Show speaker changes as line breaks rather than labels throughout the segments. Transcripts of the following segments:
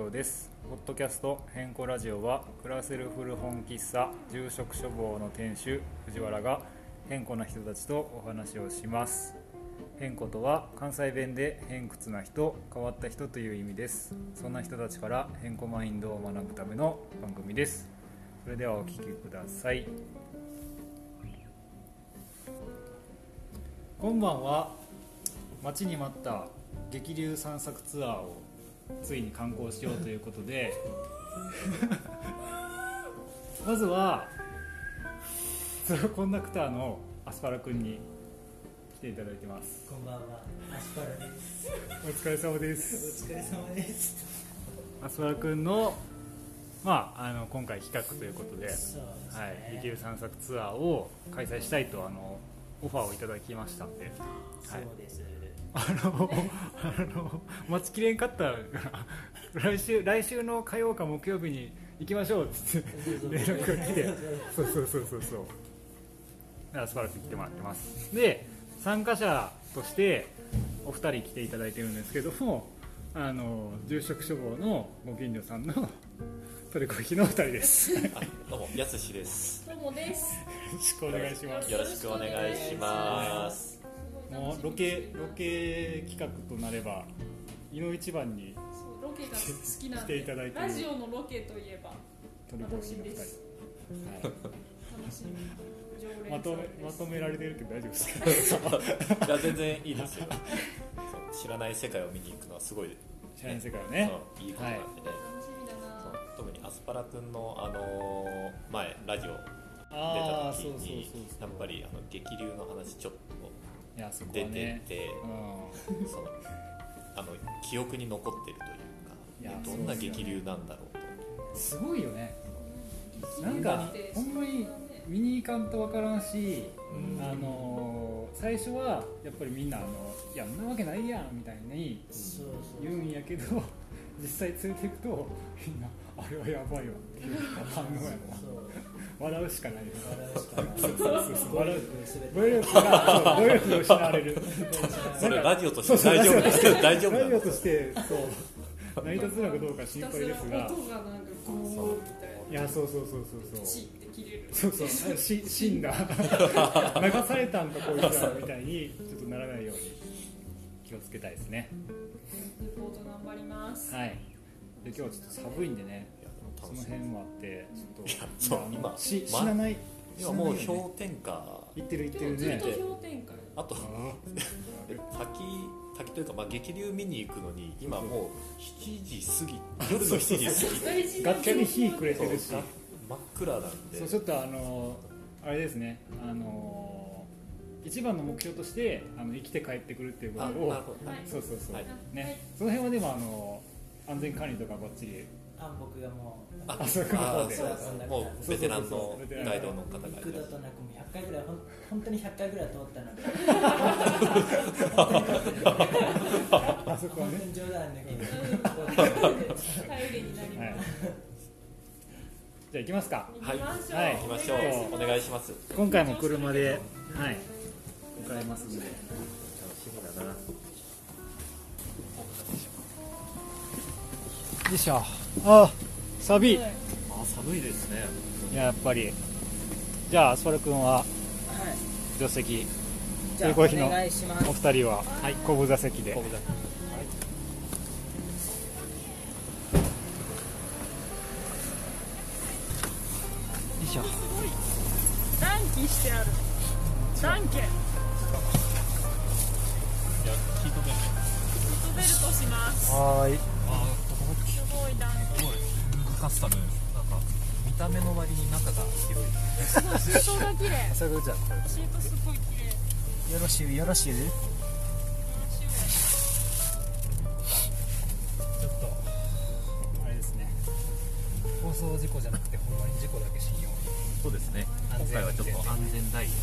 オですポッドキャスト変更ラジオは暮らせる古本喫茶住職処房の店主藤原が変更な人たちとお話をします変更とは関西弁で偏屈な人変わった人という意味ですそんな人たちから変更マインドを学ぶための番組ですそれではお聞きください今晩は待ちに待った激流散策ツアーをついに観光しようということ でまずはツルコンダクターのアスパラくんに来ていただいてます
こんばんは、アスパラです。
お疲れ様で
お
す
疲れ様です。
アスパラくんのまああの今回企画ということで
そうですね。
はい、激流散策ツアーを開催したいとあのオファーをいただきましたんで
そうです。
あの、あの、待ちきれんかったから、来週、来週の火曜か木曜日に行きましょうっつって連絡が来て、そうそうそうそうそう。だからしばらく来てもらってます。で、参加者として、お二人来ていただいてるんですけども、あの、住職処方のご近所さんの。トリコヒのお二人です。よ
あどうも、やすしです。
どうもです。
ろしくお願いします。
よろしくお願いします。
もうロケ、ロケ企画となれば、井の一番に
そうロケが好きなん
来ていただい
で。
てる
ラジオのロケといえば
トリコヒ
私
のお
で
二人。
す。
はい
楽しみ常連さ
ま
んで
とめ
す。
まとめられてるけど大丈夫ですか
いや、全然いいですよ。そう知らない世界を見に行くのはすごい、
知らない世界はね
そういいことなんでね。
楽しみだな
そう。特にアスパラくんの、あのー前、ラジオ出
ああ
た時
そうそうそう
に
そう、
やっぱり、あの、激流の話ちょっ
いやそ
と
こ
出
は
て
ね
て、
う
その、あの、記憶に残ってると
い
い
や
うか、どんな
そうです
激
よね
流なんだろう
ん
と。
すごいよね
うん
なんか
聞いてみて
ほんまに見に行かんとわからんし、
うん
あのー最初はやっぱりみんなあの「いやそんなわけないやん」みたいに
そうそう。
言うんやけど 実際連れていくとみんな「あれはやばいわ」っていう反応やもん
そう。
笑うしかないよ
笑うしかない。
そう笑う
すべて。
努力がそう努力が失われる
それラジオとして大丈夫ですけど、大丈夫な
ラ
ん
ジオ
で
と
す
して そう成り立つのかどうか
ひ
心
た
配
す
で
ら
す
音が
が
なんかゴーみたい
いやそうそうそうそう
な。チ
そう
って切れる。
そうそうし死 んだ流されたんかこいつらみたいにちょっとならないように気をつけたいですね
レポート頑張ります。
はいで今日はちょっと寒いんでね
いや
そ
でも楽
の
しみ
辺もあって
い
ちょ
や
っと
そう
あの
今
し死
ま
なない
今もう
死なないよね
氷点下
行ってる行って
今日
る
ずっ
ね
と氷点下。
あと
あ
え滝滝というか、まあ、激流見に行くのに今もう7時過ぎ夜の7時過ぎ
大事
ー
な
がっつり火くれてるし
そう真っ暗なんで
そうちょっとあのあれですねあの一番の目標としてあの生きて帰ってくるっていうこと
あなる
を
ほど、
は
はいい、
そうそうそう、
はい
ね、その辺はでもあの安全管理とかばっちり
あ、僕がもう。
あ
あそうか
あ
そう
だ
そうもうベテランのガイドの方がいらっ
幾度
しゃ
となくも100回ぐらいほん本当に100回ぐらい通ったので
あそこは
本
ね
当に冗談だけど
うん頼りになり
はい
ます。
じゃあ行きますか
行きましょう。
はい
る行きましょうお
いしま
願いします
今回も車ではい向かいますんで
楽しみだな
よいしょあサビ
すはい
あ寒いですね
やっぱりじゃあそれくんは助手席
じゃあ
こういう日の
お願いします
お二人は後部座席で
ここだ
暖気してある暖気ヒートベルトします
はーい
すごい暖
カスタムなんか見た目の割に中が広い
気すご いシートが綺麗
さくちゃん
シートすごい綺麗
よろしゅうよろしゅうちょっとあれですね放送事故じゃなくてほんまに事故だけ信用
そうですね今回はちょっと安全第一
手で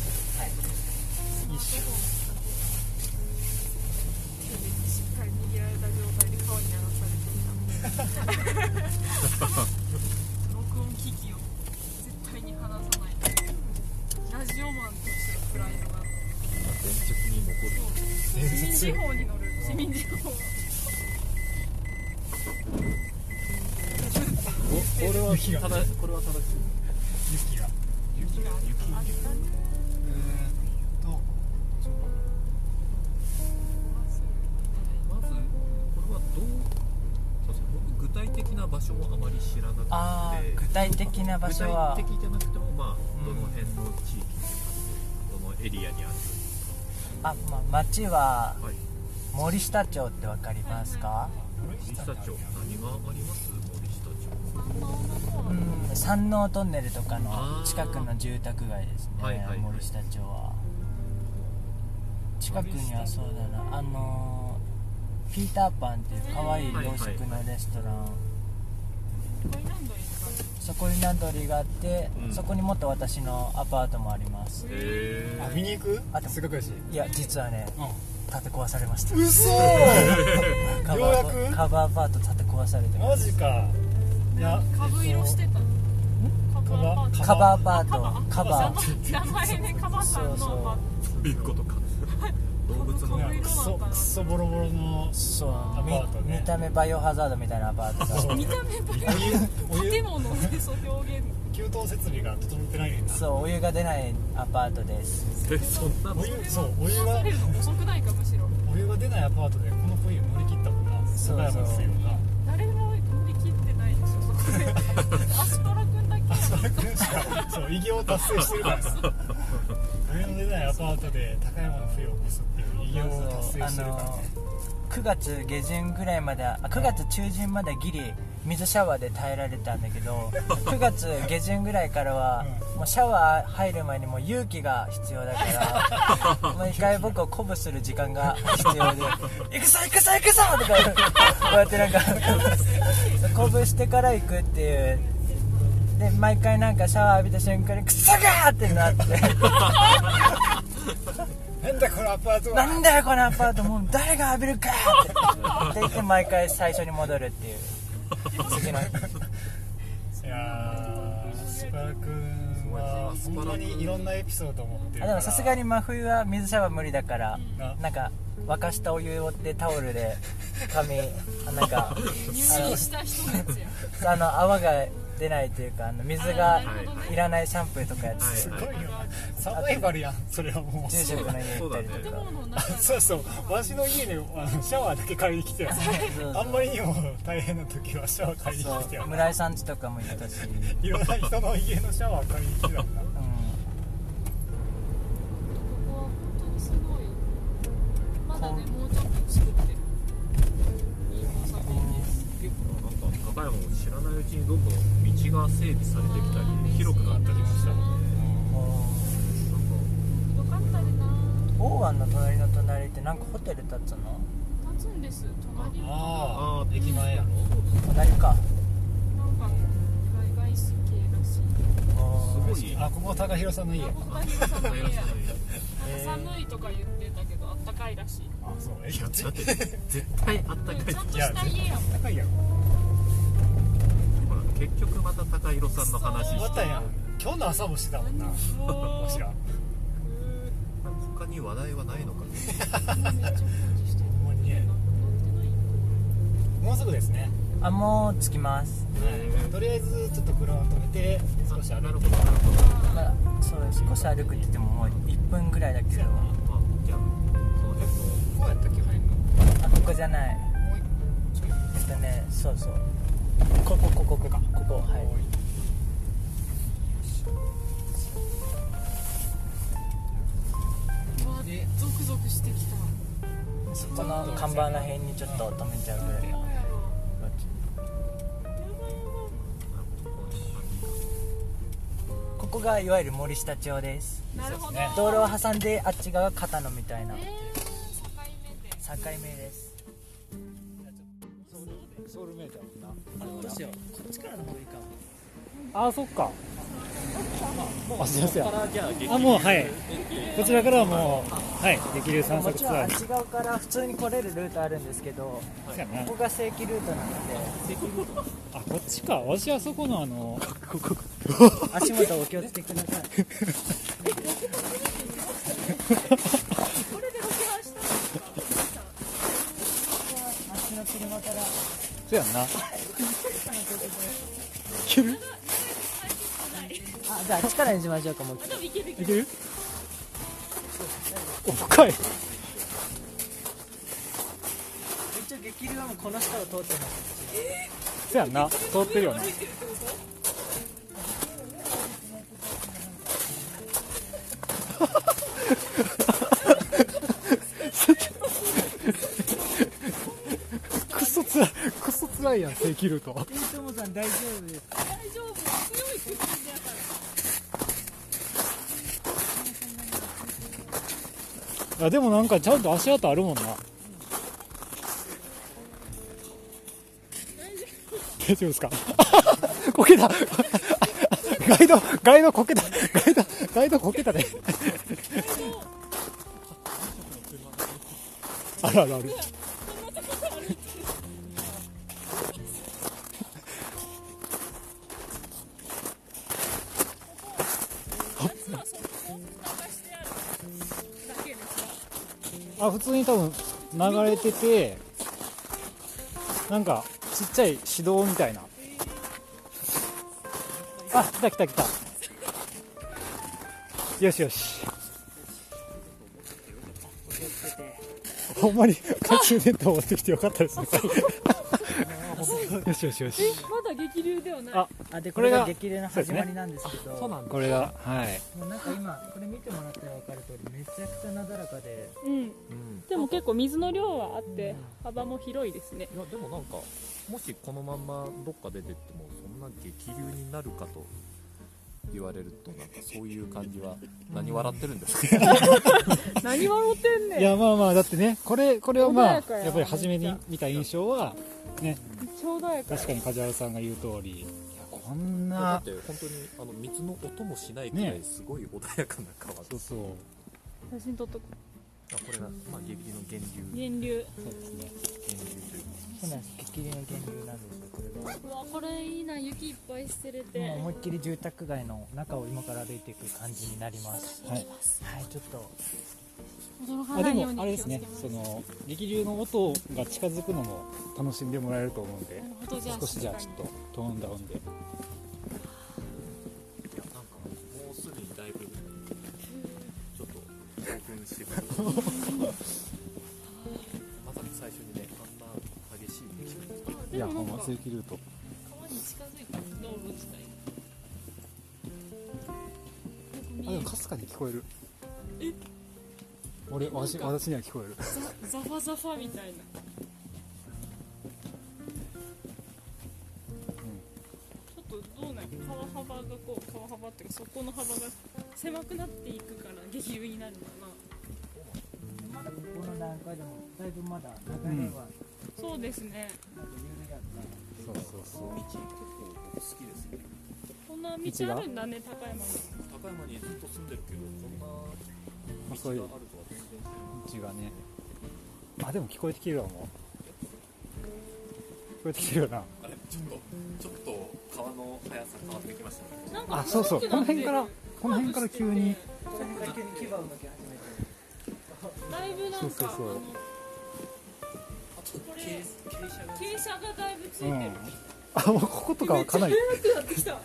しっかり握られた状態で顔に流されていた録音機器を絶対に離さないラジオマンとしてのプライドが
伝説に残る
市民時報に乗る市民時報
てる
れは
雪が
正これは正しい
雪が
雪があったね
えーっとそうか
まずこれはどうそうですね僕具体的な場所もあまり知らな
あー
くて
具体的な場所は
具体的じゃなくてもま
うん
あどの辺の地域どのエリアにある
あ、まあ、町は
はい
森下町ってわかりますか、
森下町何があります森下町
三の方は
うん、山王トンネルとかの
あー
近くの住宅街ですね、
はいはいはい
森下町は近くにはそうだなあのーピーターパンっていう可愛い洋食のレストラン、
アイランドに行った
そこに何鳥があって、
うん
そこにもっと私のアパートもあります
え
あ見に行く
あでも
すごくし
いや実はね
う
建て壊されました
ん嘘
カ
よう
バ
や
ー
く
カバーアパート建て壊されてます
ジかいや
株色してた株アパート
カ
カバーアパ
カバ
ートカ
ー
バー
名前ねカバさん
そ
の
うそう
まあ
ビッコとか動物の
ねクソクソ
ボロボロの
そう
アパートね
見見た目バイオハザードみたいなアパートが
そう
見た目ば
お湯お湯
建物でそう表現
給湯設備が整ってないねんな
そうお湯が出ないアパートです
えそんなの
お湯そうお湯
流
が
されるの遅くないかむしろ
お湯が出ないアパートでこの冬乗り切ったもんな
そうそう
高山の水温が
誰も乗り切ってないでしょそこでアストラくんだけや
それくらいしかそう偉業を達成してるからさお湯の出ないアパートで高山の冬を越すっていう偉業を達成してるからね
9月下旬ぐらいまであ9月中旬までギリ水シャワーで耐えられたんだけど9月下旬ぐらいからは、もうシャワー入る前にもう勇気が必要だから毎回僕を鼓舞する時間が必要で「行くぞ行くぞ行くぞ!」とかこうやってなんか鼓舞してから行くっていうで毎回なんかシャワー浴びた瞬間に「クソが!」ってなって。
なんだこのアパート
なんだよこのアパートもう誰が浴びるかってって言って毎回最初に戻る っていう次の
いやースパラくんはほんまにいろんなエピソードを持ってるか
あで
ら
もさすがに真冬は水シャワー無理だから
な
なんか沸かしたお湯をってタオルで髪あなんか
入院した人のやつや
あの泡が出ないというかあの水
あ
が
ーなるほど
い
ね
らないシャンプーとかやつ
すごいよサバイバルやんそれはも
住
う
職の家行ったりと
建
か
物の中に
そうそうわしの家であのシャワーだけ借りに来て
そう
あんまりにも大変な時はシャワー借りに
そ
来て
う村井さん家とかも行ったし、う
いろんな人の家のシャワー借りに来てたんだ
ん、
ここは本当にすごいまだねもうちょっと作ってるいいお酒です
結構なんか高山も知らないうちにどんどん道が整備されてきたり広くなったりしたので
も
なん
よかったりな
う大湾の隣の隣ってなんかホテル建つの
立つんです隣なんか
あ
かあー駅前やろ
隣か
外外資系らしい
あー
すごい
あここは高弘さんの家
あ僕がヒロさんの部屋なんか
えー
寒いとか言ってたけどあったかいらしい
あそうえ
いやだ
高
って絶対あったかい
うんちゃんと
いや
した家やもん
いやろ
ほら結局また高弘さんの話
終わ
し
った
て
やん今日の朝もしてたもんなわしら
他に話題はないのか
ほ
ね
んまにねもうすぐですね
あもう着きます、
はいとりあえずちょっと車を止めて少し歩いて
なるほどなるほど
まあ、そう少し歩くって言ってももう1分ぐらいだけど
あじゃあその辺も
こうやったっけ入んの
あここじゃないえっとねそうそうここここここここはい
でゾクゾクしてきた
そこの看板ら辺にちょっと止めちゃうぐらい
どうやろう
ここがいわゆる森下町です
なるほど。
道路を挟んであっち側が片野みたいな
え
境
ー、境目で。
目です
ソウルメイトやもんな
どうしよ
こっちからの方がいいかあーそっかあすいません
あじゃあ激
あもうはいこちらからはもうはいできる散
も
策ツ
ちろん
ア
あ
ー
っ
で
ち側から普通に来れるルートあるんですけど
すやな
ここが正規ルートなので
あこっちか私はそこのあの
足元お気をつけください
これで録画したんですか。
足の車から
そうやんな
じゃあ力にしましょうかもう
多分いけるいけ
い
る
けるお深い
一応激流はもうこの下を通ってます
そやんな通ってるよな
歩いてるってこと
クソつらいクソつらいやん正規ルート
えともさん大丈夫ですか
大丈夫強い子いるんだから
いやでもなんかちゃんと足跡あるもんな大丈夫ですか こけたガイドガイドこけたガイドガイドこけたねあるあるある
探してあるだけですか
あ普通に多分流れててなんかちっちゃい指導みたいなあ来た来た来たよしよしほんまに懐中電灯持ってきてよかったですね よしよしよし
まだ激流ではない
あ
あで
こ
こ
れ
れ
が
が激流の始まりなんですけど
んこれがはい
もうなんか今これ見てもらったら分かる通りめちゃくちゃなだらかで
うんでも結構水の量はあって幅も広いですね
いやでもなんかもしこのまんまどっか出てってもそんな激流になるかと言われるとなんかそういう感じは何笑ってるんですか
何笑ってんねん
いやまあまあだってねこれこれはまあ
穏やかや
やっぱり初めに見た印象は
ちょうどやから
確かに梶原さんが言う通りいやこん
だ
な
って本当にあの水の音もしないくらいすごい穏やかな川
そ
と、
うそう
写真撮っとく
あこれが、まあ、激流の源流
源流
そうですね
源流というか
そうなんです激流の源流なんですよこれが
うわこれいいな雪いっぱい捨てれて
もう思いっきり住宅街の中を今から歩いていく感じになります
はい
はいちょっと
驚か
あで
ないよう
も
に
あれですね
気をつ
そ
けます
の激流の音が近づくのも楽しんでもらえると思うんで
なるほどじゃあ
少しじゃあちょっとトーンダウンで
いやなんかもうすでにだいぶちょっと興奮してくるまさに最初にねあんな激しい激流
い
で
や
も
ほ
なんん
ま
か
正規ルート
川に近づいた道路自体
あでもかすかに聞こえる
え
俺私
なんか
私には聞こえる
ザザファザファみたいなちょっとどうなんや川幅がこう川幅っていうかそこの幅が狭くなっていくから激流になるのか
まだ
な
ここの段階でもだいぶまだ流れは
そうですね
緩やかな
そうそうそう
道結構僕好きですね
こんな道あるんだね高山に
高山にずっと住んでるけどこんな
細い
道があるとは全然
道がねあでも聞こえてきてるわもう聞こえてきてるよな
あれちょっとちょっと川の速さ変わってきましたね
なんか
あそうそう
大きく
こ
な
の
ってる
辺からこの辺から急に
この辺が急に牙を向け始めて
だいぶなんか
そうそうそう
あの
あちょっと
これ
傾傾斜が
傾斜がだいぶついて
うん
る、
あもうこことかはかなり
めっちゃ速くなってきためっ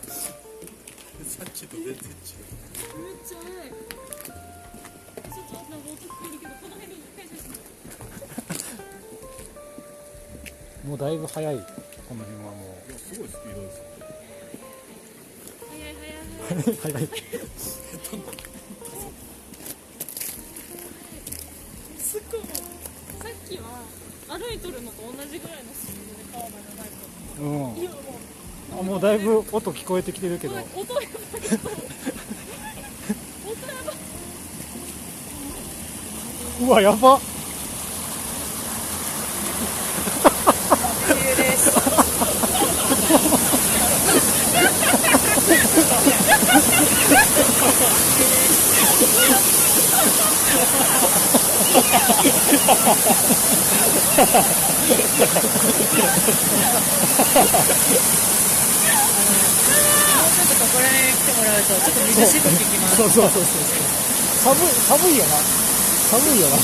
さっきと全然違う
ちゃ速いちょっとなんか音聞こえるけどこの辺で一回写真
もうだいぶ早いこの辺はも
いやすごいスピードですよ
早い早い
早い
うすごいさっきは歩いとるのと同じぐらいのスピードで川まで長い
うん
といやもう
あもうだいぶ音聞こえてきてるけど
音やばい音やばいう
わやば
もうちょっとここら辺来てもらうとちょっと水しぶききます
そうそうそうそう寒い寒いよな寒いよな
こ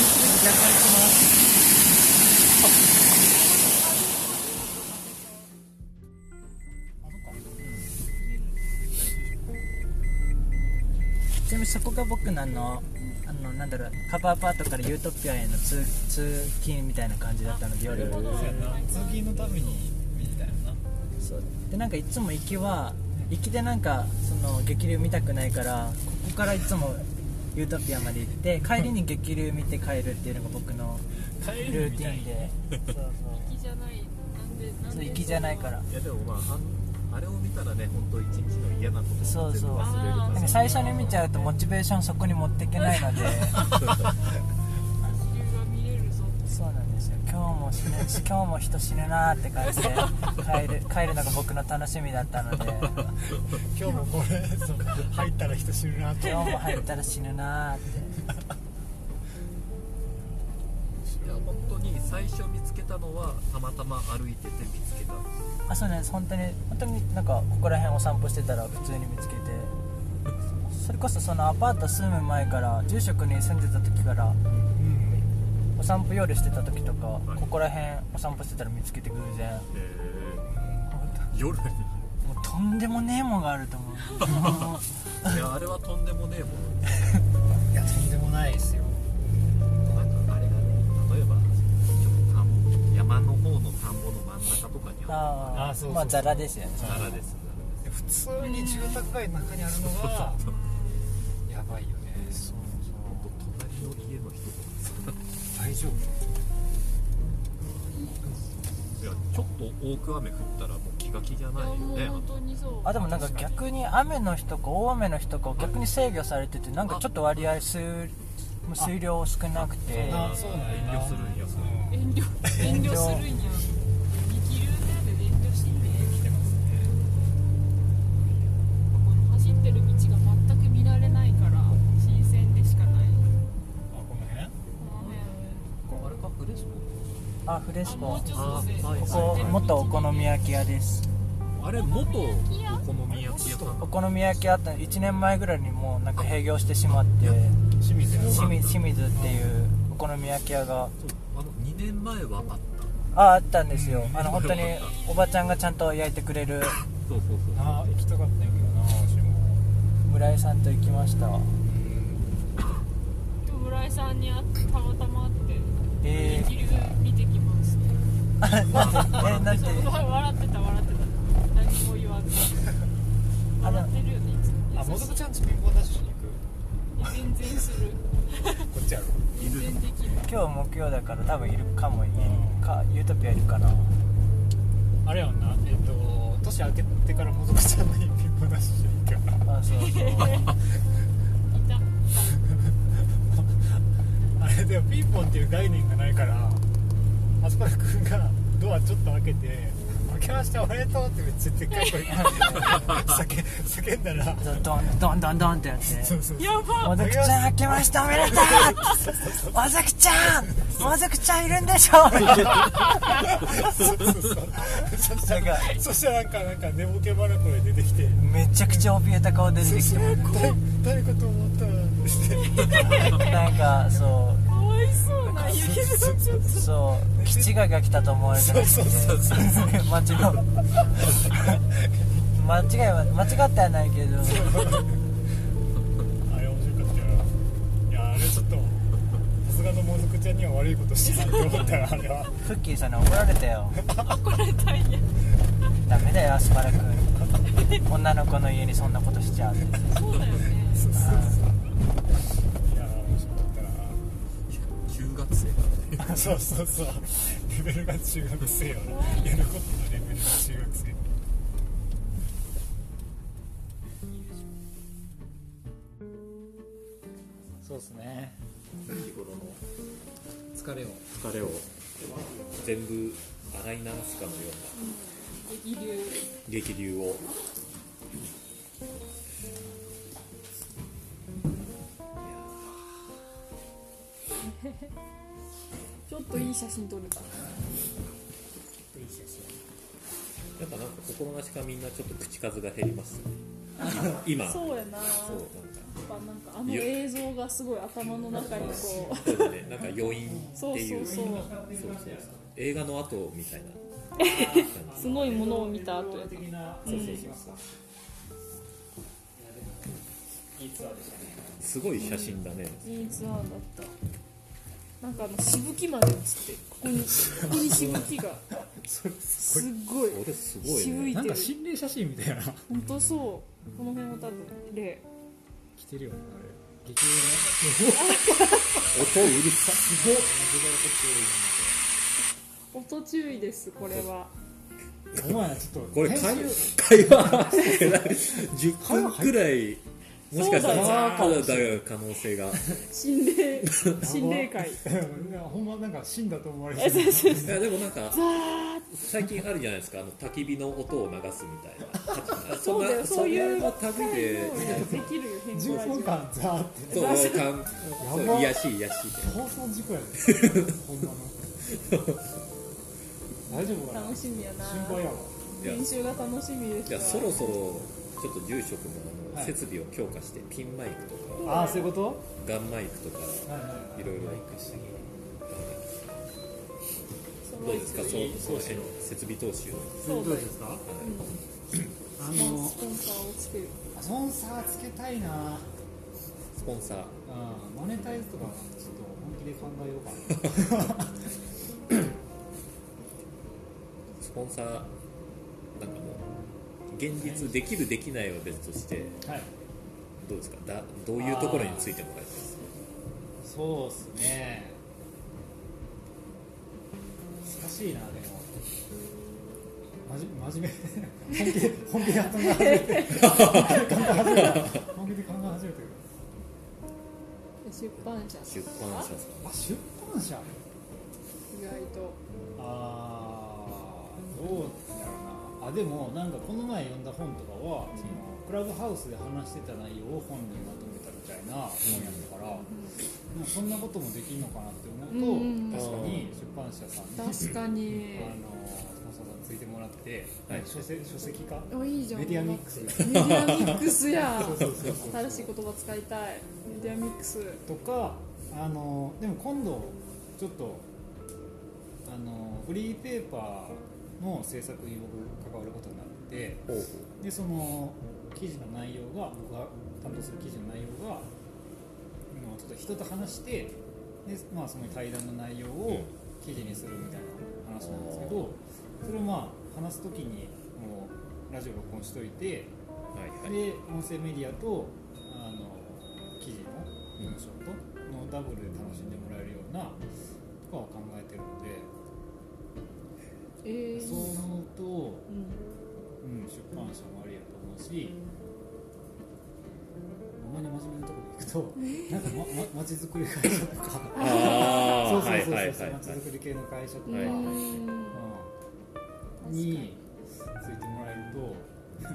なみにそこが僕のあのあのなんだろうカパーパートからユートピアへの通通勤みたいな感じだったので夜、
そうやな通勤のために見てたよな
そうでなんかいつも行きは行きでなんかその激流見たくないからここからいつもユートピアまで行って帰りに激流見て帰るっていうのが僕の
帰る
ルー
み
テ
た
ィ
い
ンでそうそう
行きじゃないなんでなん
そう
で
行きじゃないから
そ
いやでもまああんあれを見たらね本当一日の嫌なこと
そうそう
忘れる
なん
か
か最初に見ちゃうとモチベーションそこに持っていけないので
の理由が見れるぞ
そうなんですよ今日も死ぬ今日も人死ぬなーって感じで帰る帰るのが僕の楽しみだったので
今日もこれそう入ったら人死ぬなと
今日も入ったら死ぬなーって
らいや本当に最初見つけたのはたまたま歩いてて見つけた
あそうなんです本当に本当になんかここら辺お散歩してたら普通に見つけてそれこそそのアパート住む前から住職に住んでた時から
うん
お散歩夜してた時とかここら辺お散歩してたら見つけて偶然
夜に
もうとんでもねえもんがあると思うもう
いやあれはとんでもねえもん
いやとんでもないですよ
なんかあれがね例えばちょっと田んぼ山の方の田んぼの真ん中とかにあ
あ
あそうそうそう
まあザラですよね
る奈良です
普通に住宅街の中にあるのがやばいよねそうそう
隣の家の人とかさ
大丈夫
いやちょっと多く雨降ったらもう気が気じゃ
い
な
や
いよ
もう
ね
本当にそう
あでもなんか逆に雨の日とか大雨の日とかを逆に制御されててなんかちょっと割合数水量少なくて
あそうなんや
遠慮するんや
そう
遠慮遠慮するんや見切るなんで遠慮してんね
来てますね
この走ってる道が全く見られないから新鮮でしかない
あこの辺
この辺
あれかフレスコ
あフレス
あも
コ
うちょっとで
あはい
ここ元お好み焼き屋です
あれ元お好み焼き屋さん
お好み焼き屋あった1年前ぐらいにもうなんか閉業してしまって
清水や
清水清水っていうお好み焼き屋が
そうあの2年前はあった
ああったんですよあの本当におばちゃんがちゃんと焼いてくれる
そうそうそう
な行きたかったんやけどな私も
村井さんと行きました
村井さんにあたまたま会って
え
激流見てきますって
ー、なんてえなんて
そう笑ってた笑ってた何も言わず
あ
笑
の
ってるよねいつも
あもずくちゃんちピンポンダッシュしに行く
優しい全然する
こっちやろ
全然できる
今日木曜だから多分いるかも家にかユートピアいるかな
あれやんなえっ、と年明けてからもずくちゃんの家ピンポンダッシュしに行くよ
あそうそう
い
な
た
あれでもピンポンっていう概念がないからアスパラ君がドアちょっと開けて「開けましておめでとう」ってめっちゃでっかい声で 叫叫んだら
そうドンドンドンドンってやって
そうそう
やば
もずくちゃん開けましたおめでとうもずくちゃんもずくちゃんいるんでし
そ
ょ
したらそしたらなんかなんか寝ぼけばな声で出てきて
めちゃくちゃ怯えた顔で出てきても
誰誰かと思ったらってして
なんかそ
かわいそうな雪のちょっ
うそう基地が来たと思われて
そうそうそ
ま
うそう
す街の間違いは間違ってはないけど
あれ面白かったよないやあれちょっとさすがのもずくちゃんには悪いことしてないと思ったらあれは
クッキーさんに怒られたよ
と怒られたんや
ダメだよアスパラ君女の子の家にそんなことしちゃうって
そうだよね
そうそうそういや面白かっ
中学生
たな そうそうそうレベルが中学生よなやることのレベルが中学生そうですね
日頃の
疲れを
疲れを全部洗い流すかのよう
激流
な激流を
ちょっといい写真撮れた
なんかなんか心なしかみんなちょっと口数が減ります今今
そうやな
そう
や
な
っぱなんかあの映像がすごい頭の中にこ
んかそうだねなんか余韻っていう
そうそうそう
そうそうそう映画の後みたいな
うすごいものを見た後
そう
やな
そうそうそう
すごい写真だね
いいツアーだったなんかあのしぶきまで映ってるここにここにしぶきがすっごい
俺すごい
しぶ
ね
い
なん
てる
か心霊写真みたいな
本当そうこの辺は多分霊
来てるよねあれ激流ね
音うるさすごい
音注意ですこれは
お前らちょっと
これ
編集
会会話10分くらいもしかしたらザーだ可能性が
心霊心霊 界
いやほんまなんか死んだと思われてる
いやでもなんか最近あるじゃないですかあの焚き火の音を流すみたいな
そうだよそういう
そんな旅で
できるよ変
10分
化
間ザーって
そう感そう癒やし癒やし
放送事故 やで、ほんまの大丈夫かな
楽しみやな
心配やわ
でいや
練習が楽しみです
じゃあそろそろちょっと住職もあ
は
の
い
設備を強化してピンマイクとか
ああそういうこ
ガンマイクとか
とはいはいはい
いろいろどうですかそうそう設備投資を
そうだよ
すか
あ
ス
の
ポンサーをつける
スポンサーつけたいな
スポンサー
あマネタイズとかちょっと本気で考えようかな
スポンサーなんかもう現実できるできないは別として
はい、
どうですかだどういうところについてもらいたいです
そうっすね難しいなでもまじ真面目本気で本気で頭が始 めて本気で考え始めてる
出版社
出版社さん
あ出版社
意外と
あーどうだろうなあでもなんかこの前読んだ本とかは、そのクラブハウスで話してた内容を本にまとめたみたいな本やったから、なんかそんなこともできるのかなって思うと、
うん
確かに出版社さんに、
確かに
あのスポンサーさんついてもらって、
はい
書籍書籍化
おいいじゃん
メディアミックス
メディアミックスや
そうそうそう
新しい言葉使いたいメディアミックス
とかあのでも今度ちょっとあのフリーペーパーの制作に僕関わることになって
ほうほ
でその記事の内容が僕が担当する記事の内容がもうちょっと人と話してで、まあ、その対談の内容を記事にするみたいな話なんですけどそれをまあ話す時にもうラジオ録音しといて
うはいはい
で音声メディアとあの記事の文章とのダブルで楽しんでもらえるようなとかは考えてるので、
ええ
そう思うと、
うん
うん、出版社もありやと思うしほんまに真面目なところでいくとなんかまままちづくり会社とか
あ
そう
ー
そう
はい
そう
はいはい
そうまちづくり系の会社とか、
はい
うん
うん、についてもらえると 聞い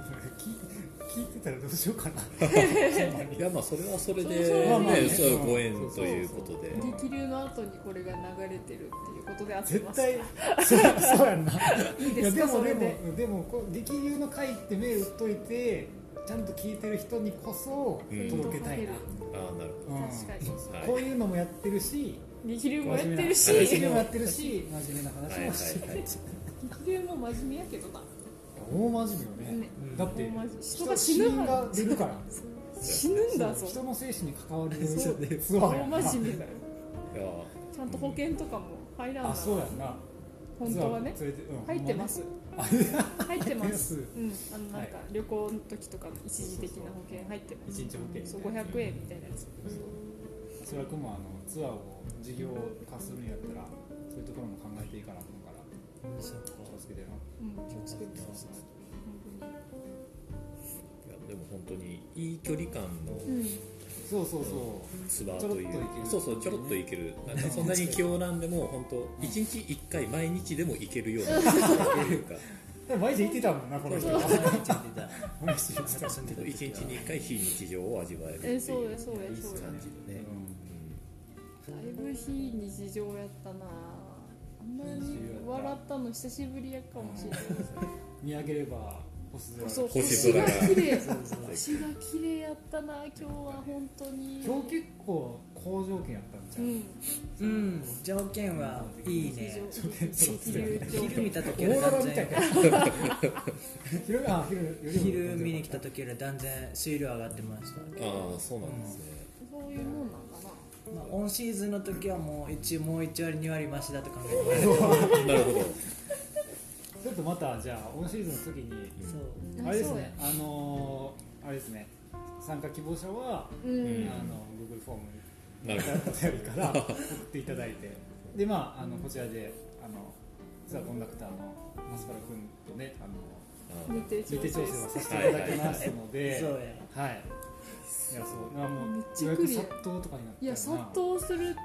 聞いてたらどうしよう かなほんまに
いやまあそれはそれで
そうそうまあまあ
ね
ね
そういうご
そ
縁
うそう
ということで
激流の後にこれが流れてるっていうことで合って
絶
ます
対そうそうやんな
いい
い
で
や
すか
でも
そ
で
れ
も
で
でもこう激流の会って目打っといてちゃんと聞いてる人にこそ
うん
届けたいな、
ああなる
うん
確かに
ほど
こ
は
う
い
いうのもやってるし
激流もやってるし
真面
激
目な
激
流もやってるし真面目な話もして、
はいはいはい
流も真面目やけどな
大真面目よね
ね、
だって
大真面目人
人
が
が
死
死
ぬ
ぬが出るから
死ぬんだ
そう人
ぞ
の生死に関わるで
そ
そう
大
やんな
真面目だよ
いや
ちゃんと保険とかも入らん
あ
だ
そうやんな
本当はね
ツアー連れてうん
入ってます入ってま
ですす
うんあのなんか旅行の時とかの一時的な保険入ってます
一日保険
そう500円みたいなやつ
そらくもあのツアーを事業化するんやったらそういうところも考えていいかなと思うから気をつけてな
うん気をつけてほしい
いやでも本当にいい距離感の
うん
そうそうそう
ツアーという
ちょろっと行ける
そうそうちょろっと行けるなんかそんなに気をなんでも本当一日一回毎日でも行けるようなというか
でも毎日行ってたもんなこの人
一日行ってた
毎日行ってた
住んでた
一
時
日に一回非日常を味わえるってい
え
う
そうやそうや
いい
そうや
感じでね
だいぶ非日常やったなあんなに笑ったの久しぶりやかもしれない
見上げれば星空
そう
星
星
空
が
が
綺麗星が綺麗やったな今日は本当に
今日結構好条件やったんじ
う
ゃん、
ん
うん条件はいいね
地球
昼見た時より
オーロ
断
ラみたい
然
な昼あ昼よりも
昼見に来た時より断然水量上がってました、
ああそうなんですね、
そういうもんなんかな
まあ、オンシーズンの時はもう一もう1割2割増しだと考えてます
なるほど
ちょっとまたじゃあオンシーズンの時に
そう
あれです
そうや
ねあのーあれですね参加希望者は、
うん
あの Google フォームに
なるほど
お便りから送っていただいてでまああのこちらであの実はコンダクターの松原君とねあの
見て
決定調整はさせていただきますので
そうや
はいいやそうあも
めっ
う
ち
予
ゃ
約
来るやん
殺到とかになったよない
や殺到するって
うん、ちょっと考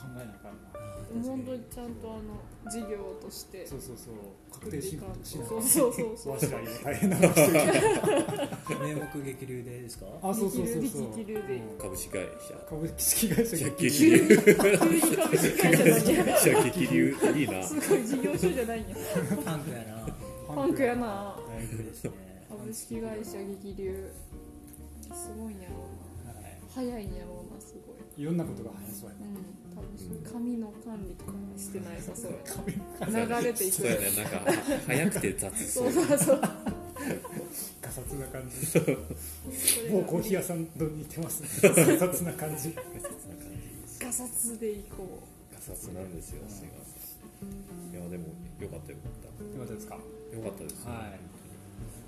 えなあかんな
本当にちゃんとあの事業として
そうそうそう確定申告しなあか
そ
ん
うそうそうそう
わしら今大変な話してるけど
名目激流でですか
あそうそうそうそう
力流力流で
うん
株式会社
株式会社
じゃあ
激
激流
急に株式会社なんや
じゃあ激流いいな
すごい事業所じゃないんや
パンクやな
パンクやな
パンクですね
株式会社激流すごいんやろう
は
な早いんやろうなすごい
いいろんなことが早そうや
うん多分紙の管理とかしてないさそうや
な
な流れていく
そうやねなんか早くて雑そ
そううそうそう
ガサツな感じ
それが
もうコーヒー屋さんと似てますね複雑な感じ
ガサツでいこ
ガサツなんですよすいませんいやでもよかったよかっ
よかったですか
たよかったです、
はい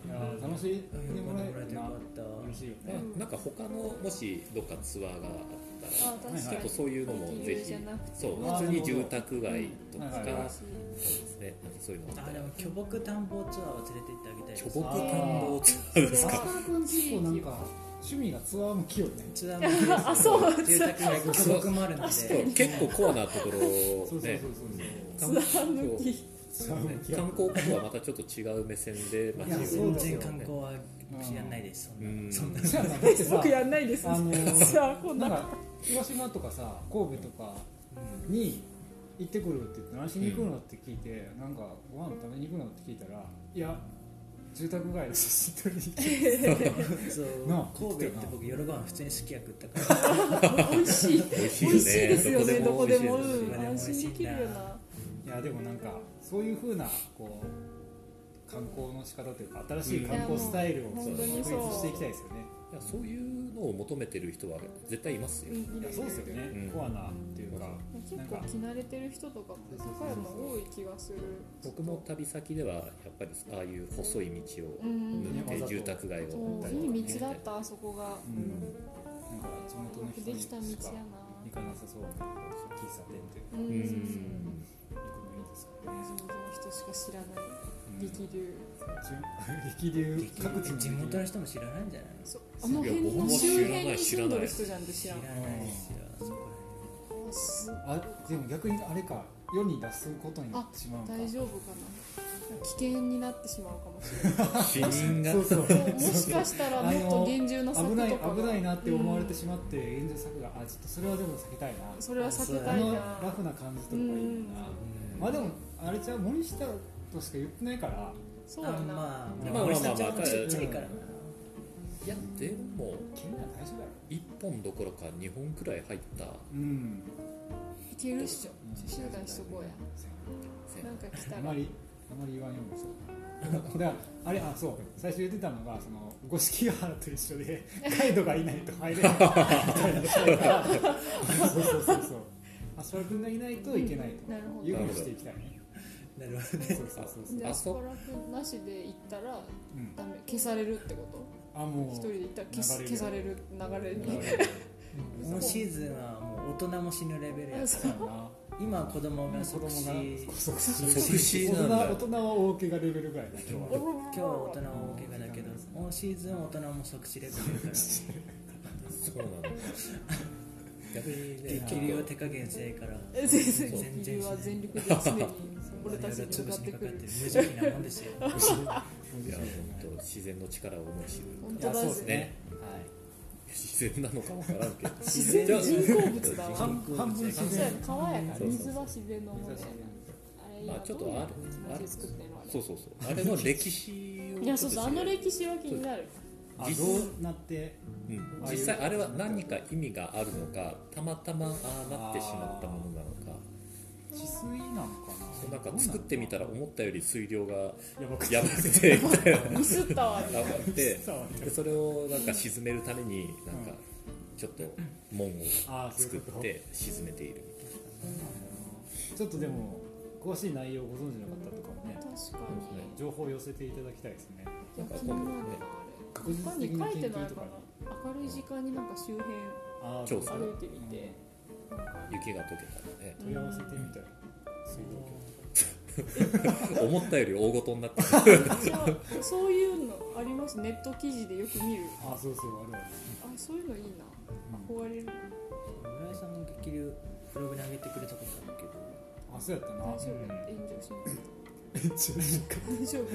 いやー楽しい
喜んでもらえてよかった
嬉しいよ
ま
ね
あ、なんか他のもしどっかツアーがあったら
うあ確か
ちょっと
に
そういうのもぜひ
激流じゃなくて
そ
あ
う
ー
普通に住宅街とか
なるほどは
そう
いはい
ですねなんかそういうのあっ
あ
た
で
ら
も巨木探訪ツアーは連れて行ってあげたい
巨
です
木探訪ツアーです
松
か
原君結構なんか趣味がツアー向きよね
ツアーもあそう住宅街巨木もあるの
そう
で
結構コアなところ
そうそうそ
を
う
ね
そう
観
う抜き
ツアー向きや
観光客はまたちょっと違う目線で街
いやそう
を
全然観光はやんないですそんな
うん
そんな
じゃあなだってさ
僕やんないです
あのー
じゃあこん
な
なん
か広島とかさ神戸とかに行ってくるって言って何しに行くのって聞いて、なんかご飯食べに行くのって聞いたらいや住宅街の写真撮りに行き
そう
なあ
神戸行って僕夜ご飯普通にすき焼き食ったから
美味しい
美味しい
美
よ
味しいですよね
ね
どこでも
美味しいです
うん安心できるよない
やでもなんかそういう風なこう観光の仕方というか新しい観光スタイルを
うん
確立していきたいですよね
いやそういうのを求めてる人は絶対いますよ、
いやそうですよね、
うん
コアなっていうか、
結構着慣れてる人とかも高山多い気がする
僕も旅先ではやっぱりああいう細い道を
うん
塗って住宅街を
そういい道だったあそこが
うん、なんか地元
うま
の
く
人
で
に
き
したか
道やな
行かなさそうな喫茶店というか
うん
う
そうそ
行く
うそうん
のいいですよね
地元の人しか知らない
うん
激流
激流 各地
地
の激
元の
流
人も知らないんじゃないの
そうあの辺の周辺に住んでる人じゃんって知
知
ら
ら
ん
ないですよそこ
あす
あでも逆にあれか世に出すことになってしまうんか
大丈夫かな危険になってしまうかもしれない
死人が
そう そう
もしかしたらもっと厳重な
危
策
ない
とかが
危ないなって思われて
う
しまって演じ策があちょっとそれはでも避けたい
ん
な
それは避
あ
けたい
の
な
ラフな感じとかいいな、
うん
まあでもあれじゃあ森下としか言ってないから
そう
ら
や
辺
な、
まあ
まあ
ま
ま
あ
あ
森下ちゃんもちっちゃいからない
やでも
君は大丈夫だろ
1本どころか2本くらい入った
うん
いけるっしょ静かにしとこうや
線
なんか来た
あ
ら
まりあまり言わんようにしようだからあれあそう最初言ってたのがその五色ヶ原と一緒でガイドがいないと入れないみたいな人だからそうそうそうそうアスパラ君がいないといけない
なるほ
と
ど
いう
じ
ふうにしていきたいね
るほど
そう
ね
そうそうそう、
ゃあ
あ
アスパ
そ
ラ君なしで行ったら
うん、
ダメ消されるってこと
あもう
一人で行ったら消
流
す
れる
消される流れに
もうシーズンはもう大人も死ぬレベルやから
そうやな
今は子供が
子供
即
が
死
即死
即死なんだ
大人大人は大怪我レベルぐらいだ今日は
今日は大人は大怪我だけどオンシーズンは大人も即死レベルや から
そうなんだ逆にね
激流を手加減せえから
え全然
そう
ギリは全力で常に俺たちに向
潰
か
し
っ
に
て
か
く
かっ
る
てる無邪気なもん ですよ
いや本当自然の力を思い知る
本
いや
当
そう
だ
です
ぜ
ねはい
自然なのかわからんけど
自然人工物だわ
半半分自
そうや
然
ね川やから
そうそう
水は自然のものやなあれ
まあ
今
ちょっ
ど
と
ういう
ある
気持ちで作ってんのあれ
そうそうそうあれの歴史を
いやそうそうあの
史
歴史は気になる
あ
実
どうなって
うん実際あれは何か意味があるのかたまたまああなってしまったものなのか
治水なのかな
そうなんか作ってみたら思ったより水量が
やばく
やばくてみたいな
ミスったわ
あって
そうなんだ
でそれをなんか沈めるためになんかちょっと門を
あーそう
作
い
っ
うこと
て沈めている
ちょっとでも詳しい内容をご存知なかったとかもね
確か
情報を寄せていただきたいですね
にいや気になるなあ
確実
れ他に
的
書
ない
て
研
ない
究と
か
かね
な明るい時間になんか周辺
あー
調査
歩いてみて
雪が溶けたらね
問い合わせてみたい水道
思ったより大ごとになって
じゃあそういうのありますネット記事でよく見る
橋あそうそうあるある
あそういうのいいな憧れる
村井さんの激流ブログに上げてくれたことあるけど
あそうやったな
大丈夫炎上しない大丈夫こ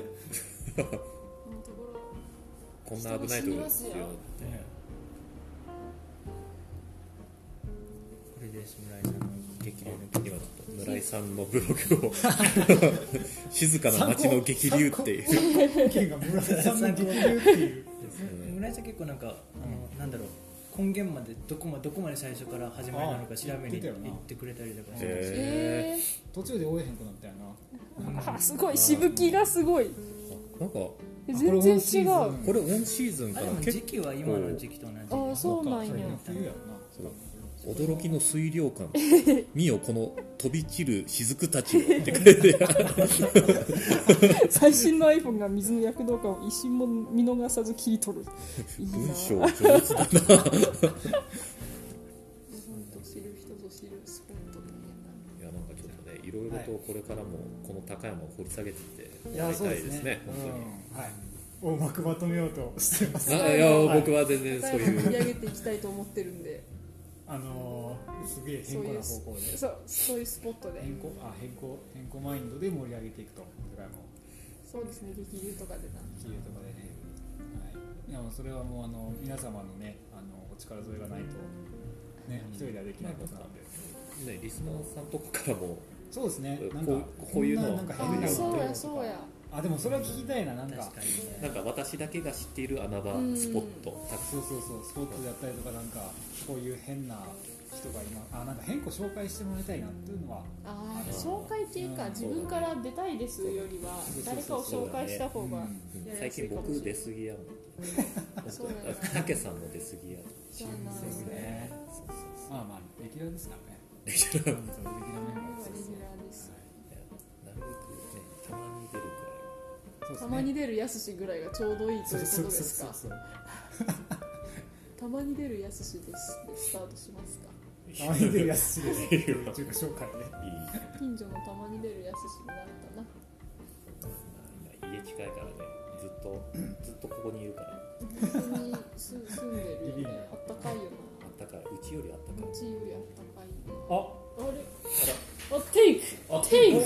のところ
こんな危ないところですよ
人が死にますよ
ね
これです村井さんの激流の
今ちょっと村井さんのブロ グを静かな街の激流っていう
意見が村田さんの激流っていう
村井さん結構なんかあの、なんだろう根源までどこまどこまで最初から始まりなのか調べに
言ってた
行
よな
ってくれたりとかして、
へ
え
途中で追えへんくなったよな
ー、あすごいしぶきがすごい
ーなんか
全然違うあ
これオンシーズンか
あ
ら
でも
結
時期は今の時期と同じ
ーそうなんや
冬やんな
構驚きの水量感見よこの飛び散る雫たちをって書いてある
最新の iPhone が水の躍動感を一瞬も見逃さず切り取るいいな
文章上
本
手だ
当知る人ぞ知るスポットだね
いやなんかちょっとねいろいろとこれからもこの高山を掘り下げていっても
い
ら
や
い
そう
たい
で
ですす
ね
ね
うんはい大まくまとめようとしてます
本当にあいや僕は全然そう
高
い
山盛
う
り上げていきたいと思ってるんで
あのーすげえ
そ
変更な
ういう
方向で
そうそういうスポットで
変更あ変更変更マインドで盛り上げていくとだからもう
そうですね激流とかでな
気流とかでねはいでもそれはもうあの皆様のねあのお力添えがないとね一人ではできないことなんで
ねリスナーさんとかからも
そうですねなんか
こうこういうの
んななんか
あ
変
ー
な
そう
こと
やそうや
あでもそれは聞きたいななんか
確かにね
なんか私だけが知っている穴場スポットたく
そうそうそうスポーツであったりとかなんかこういう変な人が今あなんか変個紹介してもらいたいなっていうのは
ああ紹介系か
うん
自分から出たいですよりは
そうそう
誰かを紹介した方
さ
が
ん
やり
最
やすい
近
かもし
僕
れない
出過ぎやもん
そうやな
たけさんの出過ぎや
そうやな
ですね
そうそうそう
まあまあレギュラーですからねレギュラーそうレギュラーメンバーで
レ
す
ギュラーで
い
す
やなるべくねたまに出る
そうですね
たまに出るやすしぐらいがちょうどいいと
そ
いうう
そうそう
ことです
そうそ
か
う
たまに出るやすしですでスタートしますか
たまに出るやつですっていう中華紹介ね
くらいいい
近所のたまに出るやすしになったな
まあ今家近いからねずっと ずっとここにいるから
本当に住住んでるよねあったかいよ
あったかいうちよりあった
な
か
う
い
ちよりあったかい
あ
あれあテイク
あ
テイク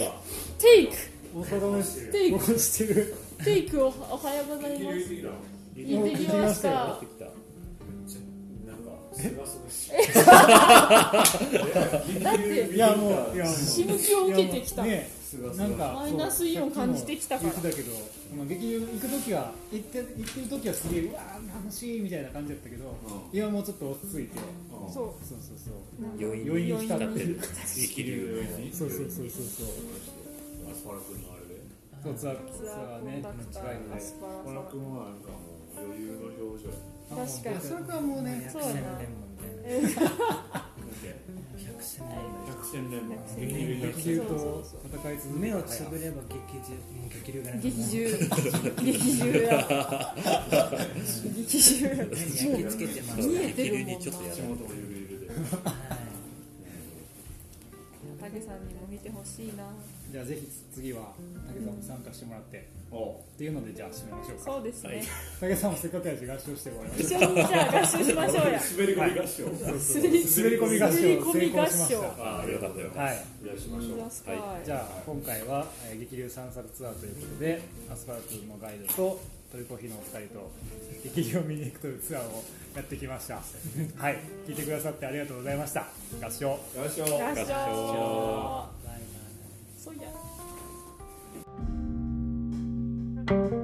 テイク
お疲れ様です
テイク
応援してる
テイクをおはようございます行ってきました
ってきた
だって
いやもういやもう
しぶきを受けてきた
ねなんか
マイナスイオン感じてきたから
そうさっきも言ってたけど、まあ、劇場行く時は行って行ってる時はすげえうわー楽しいみたいな感じだったけど、今もうちょっと落ち着いて、
そ
そうそうそう
なんか
余韻
余
に
韻に浸
に浸
っ
ってて
る
る
激流
そうそうそうそうそうそうツアーツ
ツア
アー
ーコ
ね
ンダクタ
近い
ー
の
ア
で
スパラさん
あ
確かに
もうそれからもうね
そうやな
レモンみたいな
え
百戦錬磨
激流
そう
と戦い続け
目
た
をつぶれば激流もう激流がなんかもう
激重激重やわ激重やわ
目に焼 き付けてます
見
ね
えて
激流
るも
に
ん
ちょっとやら
な
れて
影さんにも見てほしいな
じゃあぜひ次は武さんも参加してもらって、っていうのでじゃあ締めましょうか
そうですね
武さんもせっかくやし合唱してもらいまし
一緒にじゃあ合唱しましょうや
滑り込み合唱
滑り
滑り込み合唱
滑り込み合
成功しまし
唱
ああよかったよか
た
っ
はい
やしましょう
ラスカイ
じゃあ今回は、えー激流散策ツアーということでアスファルトのガイドとトルコヒのお二人と激流を見に行くというツアーをやってきましたはい聞いてくださってありがとうございました合唱
合唱
合唱そうや
「